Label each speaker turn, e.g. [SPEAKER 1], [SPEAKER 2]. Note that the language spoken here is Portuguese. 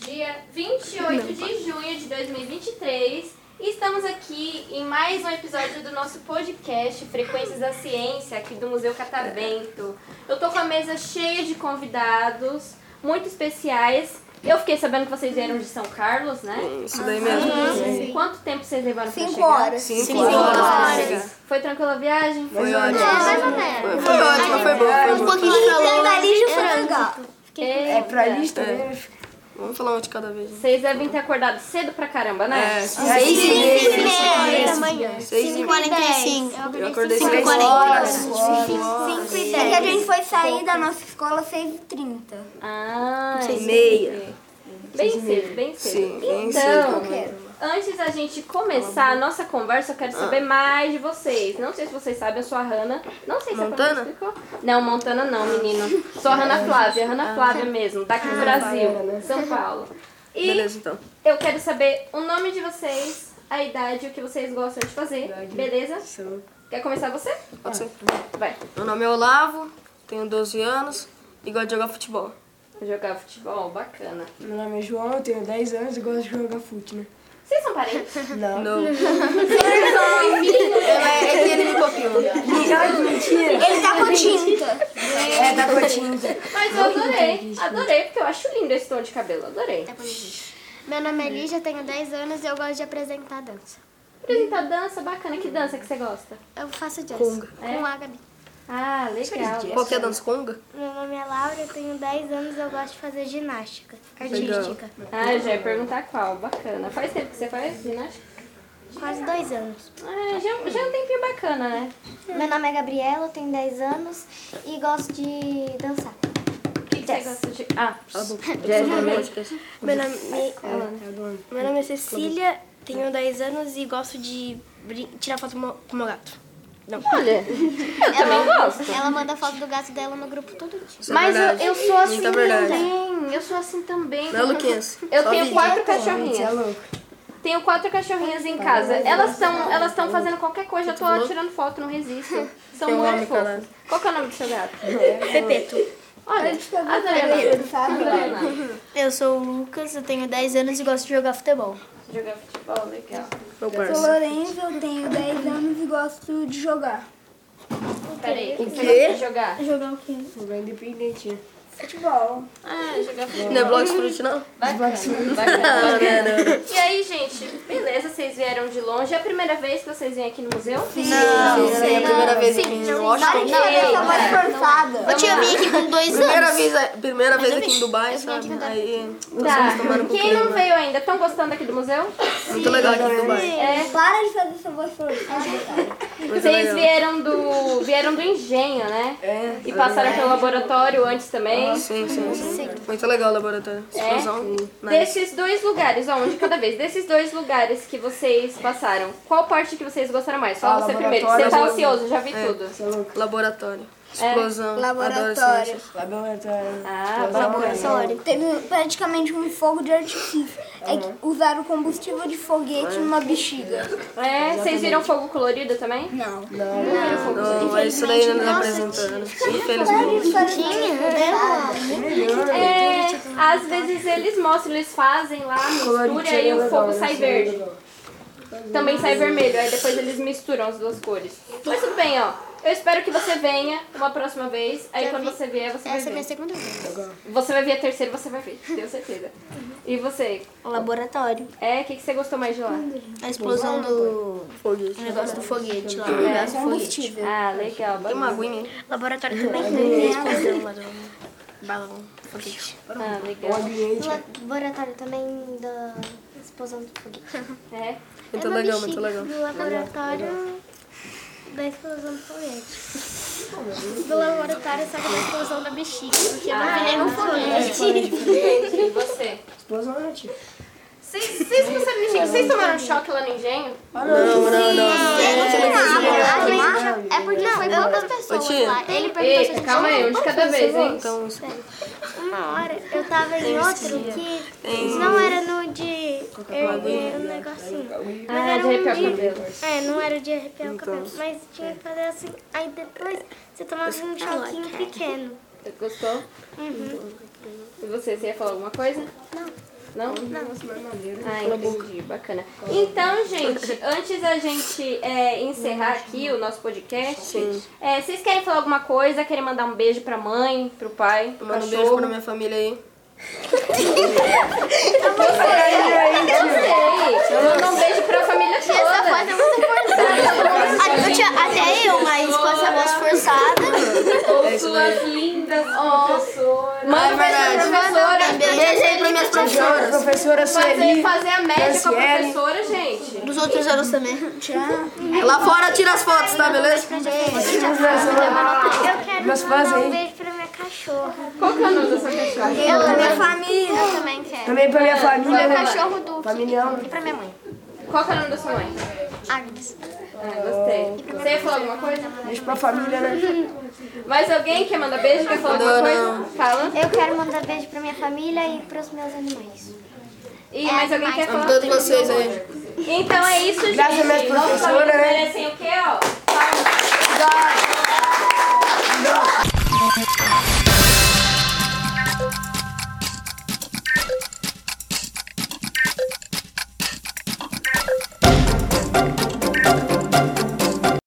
[SPEAKER 1] Dia 28 de junho de 2023 e estamos aqui em mais um episódio do nosso podcast Frequências da Ciência, aqui do Museu Catavento. Eu tô com a mesa cheia de convidados muito especiais. Eu fiquei sabendo que vocês vieram de São Carlos, né?
[SPEAKER 2] Isso daí mesmo.
[SPEAKER 1] Quanto tempo vocês levaram pra
[SPEAKER 3] Cinco
[SPEAKER 1] chegar?
[SPEAKER 3] horas.
[SPEAKER 2] Cinco
[SPEAKER 3] horas.
[SPEAKER 1] Foi tranquila a viagem?
[SPEAKER 2] Foi
[SPEAKER 4] É,
[SPEAKER 2] ótimo.
[SPEAKER 3] ou menos.
[SPEAKER 2] Foi ótimo, foi bom,
[SPEAKER 4] Um
[SPEAKER 2] foi bom.
[SPEAKER 3] Um pouquinho de calor. frango.
[SPEAKER 1] É pra lista.
[SPEAKER 2] Vamos falar um de cada vez. né?
[SPEAKER 1] Vocês devem ter acordado cedo pra caramba, né?
[SPEAKER 2] É,
[SPEAKER 3] Seis e
[SPEAKER 4] meia
[SPEAKER 3] meia.
[SPEAKER 4] da manhã.
[SPEAKER 2] seis e
[SPEAKER 4] 45.
[SPEAKER 2] Eu acordei
[SPEAKER 4] Cinco
[SPEAKER 2] seis
[SPEAKER 4] e quarenta.
[SPEAKER 2] horas.
[SPEAKER 3] Cinco e dez. E É a gente foi sair da nossa escola às seis e trinta.
[SPEAKER 1] Ah,
[SPEAKER 2] Seis e
[SPEAKER 1] entendi.
[SPEAKER 2] meia.
[SPEAKER 1] Bem cedo, bem cedo.
[SPEAKER 2] Sim, bem
[SPEAKER 1] então,
[SPEAKER 2] cedo.
[SPEAKER 1] antes da gente começar a nossa conversa, eu quero saber
[SPEAKER 2] Ah.
[SPEAKER 1] mais de vocês. Não sei se vocês sabem, eu sou a Hanna. Não sei se
[SPEAKER 2] Montana? Ah,
[SPEAKER 1] a Flávia explicou. Não, Montana não, menino. Sou a Hanna Flávia, Hanna Flávia mesmo, daqui do Brasil, São Paulo. E
[SPEAKER 2] Beleza, então.
[SPEAKER 1] eu quero saber o nome de vocês, a idade, o que vocês gostam de fazer, beleza? Quer começar você?
[SPEAKER 2] Pode ser.
[SPEAKER 1] Vai.
[SPEAKER 2] Meu nome é Olavo, tenho 12 anos e gosto de jogar futebol.
[SPEAKER 1] Jogar futebol, bacana.
[SPEAKER 5] Meu nome é João, eu tenho 10 anos e gosto de jogar fute, né?
[SPEAKER 1] Vocês são parentes?
[SPEAKER 5] Não.
[SPEAKER 2] Não.
[SPEAKER 4] É que ele me copiou.
[SPEAKER 3] Ele tá com tinta.
[SPEAKER 5] É da Cotinha.
[SPEAKER 1] Mas eu adorei, adorei, porque eu acho lindo esse tom de cabelo, adorei.
[SPEAKER 4] Meu nome é Lígia, tenho 10 anos e eu gosto de apresentar dança.
[SPEAKER 1] Apresentar dança, bacana, que dança que você gosta?
[SPEAKER 4] Eu faço jazz com,
[SPEAKER 1] É?
[SPEAKER 4] a Gabi.
[SPEAKER 1] Ah, legal.
[SPEAKER 2] Qual que é a dança conga?
[SPEAKER 4] Meu nome é Laura, eu tenho 10 anos e eu gosto de fazer ginástica artística.
[SPEAKER 1] Ah, eu já ia perguntar qual, bacana. Faz tempo que você faz ginástica?
[SPEAKER 4] Quase 2 anos.
[SPEAKER 1] Ah, já, já é um tempinho bacana, né?
[SPEAKER 4] Meu nome é Gabriela, eu tenho 10 anos e gosto de dançar.
[SPEAKER 1] O que, que você gosta de... Ah, jazz também?
[SPEAKER 6] Meu nome, é meu nome é Cecília, tenho 10 anos e gosto de brin- tirar foto com meu- com meu gato.
[SPEAKER 1] Olha, eu também gosto.
[SPEAKER 4] Ela manda foto do gato dela no grupo todo dia.
[SPEAKER 2] Isso é
[SPEAKER 1] Mas
[SPEAKER 2] verdade.
[SPEAKER 1] eu, eu sou assim
[SPEAKER 2] Muita verdade.
[SPEAKER 1] também, eu sou assim também.
[SPEAKER 2] Não é, Luquinhas?
[SPEAKER 1] Eu
[SPEAKER 2] Só
[SPEAKER 1] tenho
[SPEAKER 2] vídeo.
[SPEAKER 1] quatro
[SPEAKER 5] Você é
[SPEAKER 1] cachorrinhas.
[SPEAKER 5] louco.
[SPEAKER 1] Tenho quatro cachorrinhas em casa. Elas estão elas estão fazendo qualquer coisa, eu tô tirando foto, não resisto. São
[SPEAKER 2] Eu
[SPEAKER 1] muito
[SPEAKER 2] amo
[SPEAKER 1] fofas.
[SPEAKER 2] caralho.
[SPEAKER 1] Qual que é o nome tá do seu gato?
[SPEAKER 6] Pepeto.
[SPEAKER 1] Olha, adorei. Adorei. o nome.
[SPEAKER 6] Eu sou o Lucas, eu tenho 10 anos e gosto de jogar futebol.
[SPEAKER 1] Jogar futebol, legal.
[SPEAKER 2] Meu
[SPEAKER 3] Sou
[SPEAKER 2] parceiro.
[SPEAKER 3] Lorenzo, eu tenho 10 anos e gosto de jogar.
[SPEAKER 1] Peraí, o que você
[SPEAKER 2] quê?
[SPEAKER 1] gosta de jogar?
[SPEAKER 3] Jogar o quê?
[SPEAKER 5] Jogar independente.
[SPEAKER 3] Futebol.
[SPEAKER 1] Ah, jogar
[SPEAKER 2] Não é Blox Fruit, não?
[SPEAKER 1] futebol. E aí, gente, beleza, vocês vieram de longe. É a primeira vez que vocês vêm aqui no museu? é Sim.
[SPEAKER 2] Não, é a primeira vez aqui em Washington.
[SPEAKER 3] Eu tava forçada.
[SPEAKER 4] Eu tinha vim aqui com 2 anos.
[SPEAKER 2] Primeira vez, primeira vez aqui em Dubai, sabe? Aí,
[SPEAKER 1] Tá. Quem não veio ainda, estão gostando aqui do museu?
[SPEAKER 2] muito legal aqui em Dubai.
[SPEAKER 1] É.
[SPEAKER 3] Para de fazer essa voz forçada.
[SPEAKER 2] Muito
[SPEAKER 1] Vocês
[SPEAKER 2] legal.
[SPEAKER 1] vieram do vieram do engenho, né?
[SPEAKER 5] É. Ah,
[SPEAKER 1] E passaram pelo laboratório antes também.
[SPEAKER 2] Sim, sim, sim. Muito legal o laboratório.
[SPEAKER 1] É?
[SPEAKER 2] Explosão. Nice.
[SPEAKER 1] Desses dois lugares, ó, um de cada vez, desses dois lugares que vocês passaram, qual parte que vocês gostaram mais? Fala
[SPEAKER 5] Ah,
[SPEAKER 1] você primeiro, que você
[SPEAKER 5] laboratório.
[SPEAKER 1] tá ansioso, já vi tudo.
[SPEAKER 5] Você é louco.
[SPEAKER 2] Laboratório. Explosão. Adoro
[SPEAKER 3] Laboratório.
[SPEAKER 2] ciências.
[SPEAKER 5] Laboratório.
[SPEAKER 1] Ah,
[SPEAKER 3] Laboratório. Teve praticamente um fogo de artifício. É que
[SPEAKER 5] Uhum.
[SPEAKER 3] usaram combustível de foguete numa bexiga.
[SPEAKER 1] É, vocês viram fogo colorido também?
[SPEAKER 3] Não.
[SPEAKER 2] Não, é isso daí não tá apresentando. Infelizmente.
[SPEAKER 1] É, às vezes eles mostram, eles fazem lá, mistura
[SPEAKER 5] Colorido,
[SPEAKER 1] e o
[SPEAKER 5] legal,
[SPEAKER 1] fogo
[SPEAKER 5] né?
[SPEAKER 1] sai
[SPEAKER 5] Isso é
[SPEAKER 1] verde.
[SPEAKER 5] legal.
[SPEAKER 1] Também sai vermelho, aí depois eles misturam as duas cores. Mas tudo bem, ó. Eu espero que você venha uma próxima vez. Aí quando você vier, você vai
[SPEAKER 4] Essa é minha
[SPEAKER 1] ver.
[SPEAKER 4] segunda vez.
[SPEAKER 1] Você vai vir a terceira, você vai ver, tenho certeza. E você?
[SPEAKER 6] Laboratório.
[SPEAKER 1] É, o que, que você gostou mais de lá?
[SPEAKER 6] A explosão do
[SPEAKER 2] Foguete.
[SPEAKER 6] negócio do foguete lá. O
[SPEAKER 4] É.
[SPEAKER 6] gás do foguete.
[SPEAKER 1] Ah, legal,
[SPEAKER 2] Tem uma
[SPEAKER 1] bacana.
[SPEAKER 2] aguinha aí.
[SPEAKER 6] Laboratório
[SPEAKER 4] É.
[SPEAKER 6] também. né? Explosão lá do balão. Foguete.
[SPEAKER 1] Ah,
[SPEAKER 5] O
[SPEAKER 1] legal.
[SPEAKER 5] ambiente.
[SPEAKER 4] Laboratório também da explosão do foguete.
[SPEAKER 1] É.
[SPEAKER 2] Muito
[SPEAKER 4] uma
[SPEAKER 2] legal, muito
[SPEAKER 4] bexiga
[SPEAKER 2] legal.
[SPEAKER 4] Do laboratório da explosão do foguete. Do laboratório só que da explosão da bexiga. Porque eu não virei um foguete.
[SPEAKER 1] Ah, E você?
[SPEAKER 5] Explosão né, tio?
[SPEAKER 1] Vocês vocês não sabem, gente, vocês tomaram choque lá no engenho?
[SPEAKER 2] Não, não, não.
[SPEAKER 4] Ah, É porque foi poucas pessoas
[SPEAKER 2] tia.
[SPEAKER 4] lá. Ele perguntou se a
[SPEAKER 1] Eita,
[SPEAKER 4] gente
[SPEAKER 1] calma aí, um de cada vez, hein?
[SPEAKER 2] Então,
[SPEAKER 4] Uma hora eu tava em outro que não era no de erguer um negocinho. um
[SPEAKER 2] Ah, de arrepiar o cabelo.
[SPEAKER 4] É, não era de arrepiar o
[SPEAKER 5] Então.
[SPEAKER 4] cabelo, mas tinha que fazer assim. Aí depois você tomava um choquinho pequeno.
[SPEAKER 2] Gostou? E você, você ia falar alguma coisa? Não. Não?
[SPEAKER 5] Nossa, mas maneiro.
[SPEAKER 2] Ah, entendi. Bacana.
[SPEAKER 1] Então, gente, antes da gente é, encerrar aqui o nosso podcast, é, vocês querem falar alguma coisa? Querem mandar um beijo pra mãe, pro pai, pro
[SPEAKER 2] Manda um beijo pra
[SPEAKER 1] cachorro?
[SPEAKER 2] minha família aí.
[SPEAKER 1] Sei, manda um beijo pra família toda.
[SPEAKER 4] Mas é muito
[SPEAKER 3] Até eu, mas com essa voz forçada.
[SPEAKER 1] Ou suas lindas professoras. Manda um beijo pra professora.
[SPEAKER 2] Beijo aí pra minhas
[SPEAKER 5] Professora,
[SPEAKER 2] professoras.
[SPEAKER 5] professora
[SPEAKER 1] Fazer,
[SPEAKER 5] Sueli.
[SPEAKER 1] fazer a média com a
[SPEAKER 5] Franciele.
[SPEAKER 1] professora, gente.
[SPEAKER 3] Dos outros anos também.
[SPEAKER 2] Lá fora tira as fotos, tá? Beleza?
[SPEAKER 4] Eu quero
[SPEAKER 5] Mas
[SPEAKER 4] mandar
[SPEAKER 5] faz aí.
[SPEAKER 4] um beijo pra minha cachorra.
[SPEAKER 1] Qual que é o nome da sua cachorra?
[SPEAKER 3] Eu, da minha família.
[SPEAKER 4] Eu também quero.
[SPEAKER 5] Também pra minha família, né?
[SPEAKER 4] Cachorro do
[SPEAKER 5] Familião.
[SPEAKER 4] E pra minha mãe.
[SPEAKER 1] Qual que é o nome da sua mãe?
[SPEAKER 4] Agnes.
[SPEAKER 1] Ah, gostei. Você ia falar alguma coisa?
[SPEAKER 5] Beijo pra família, né?
[SPEAKER 1] Mais alguém quer mandar beijo? Quer falar alguma coisa? Fala.
[SPEAKER 4] Eu quero mandar beijo pra minha família e pros meus animais.
[SPEAKER 1] E mais alguém quer
[SPEAKER 2] Amo
[SPEAKER 1] falar?
[SPEAKER 2] todos vocês aí.
[SPEAKER 1] Então é isso, gente.
[SPEAKER 5] Graças a minhas
[SPEAKER 1] Nossos
[SPEAKER 5] professoras,
[SPEAKER 1] amigos
[SPEAKER 5] né?
[SPEAKER 1] merecem o quê, ó? Palmas.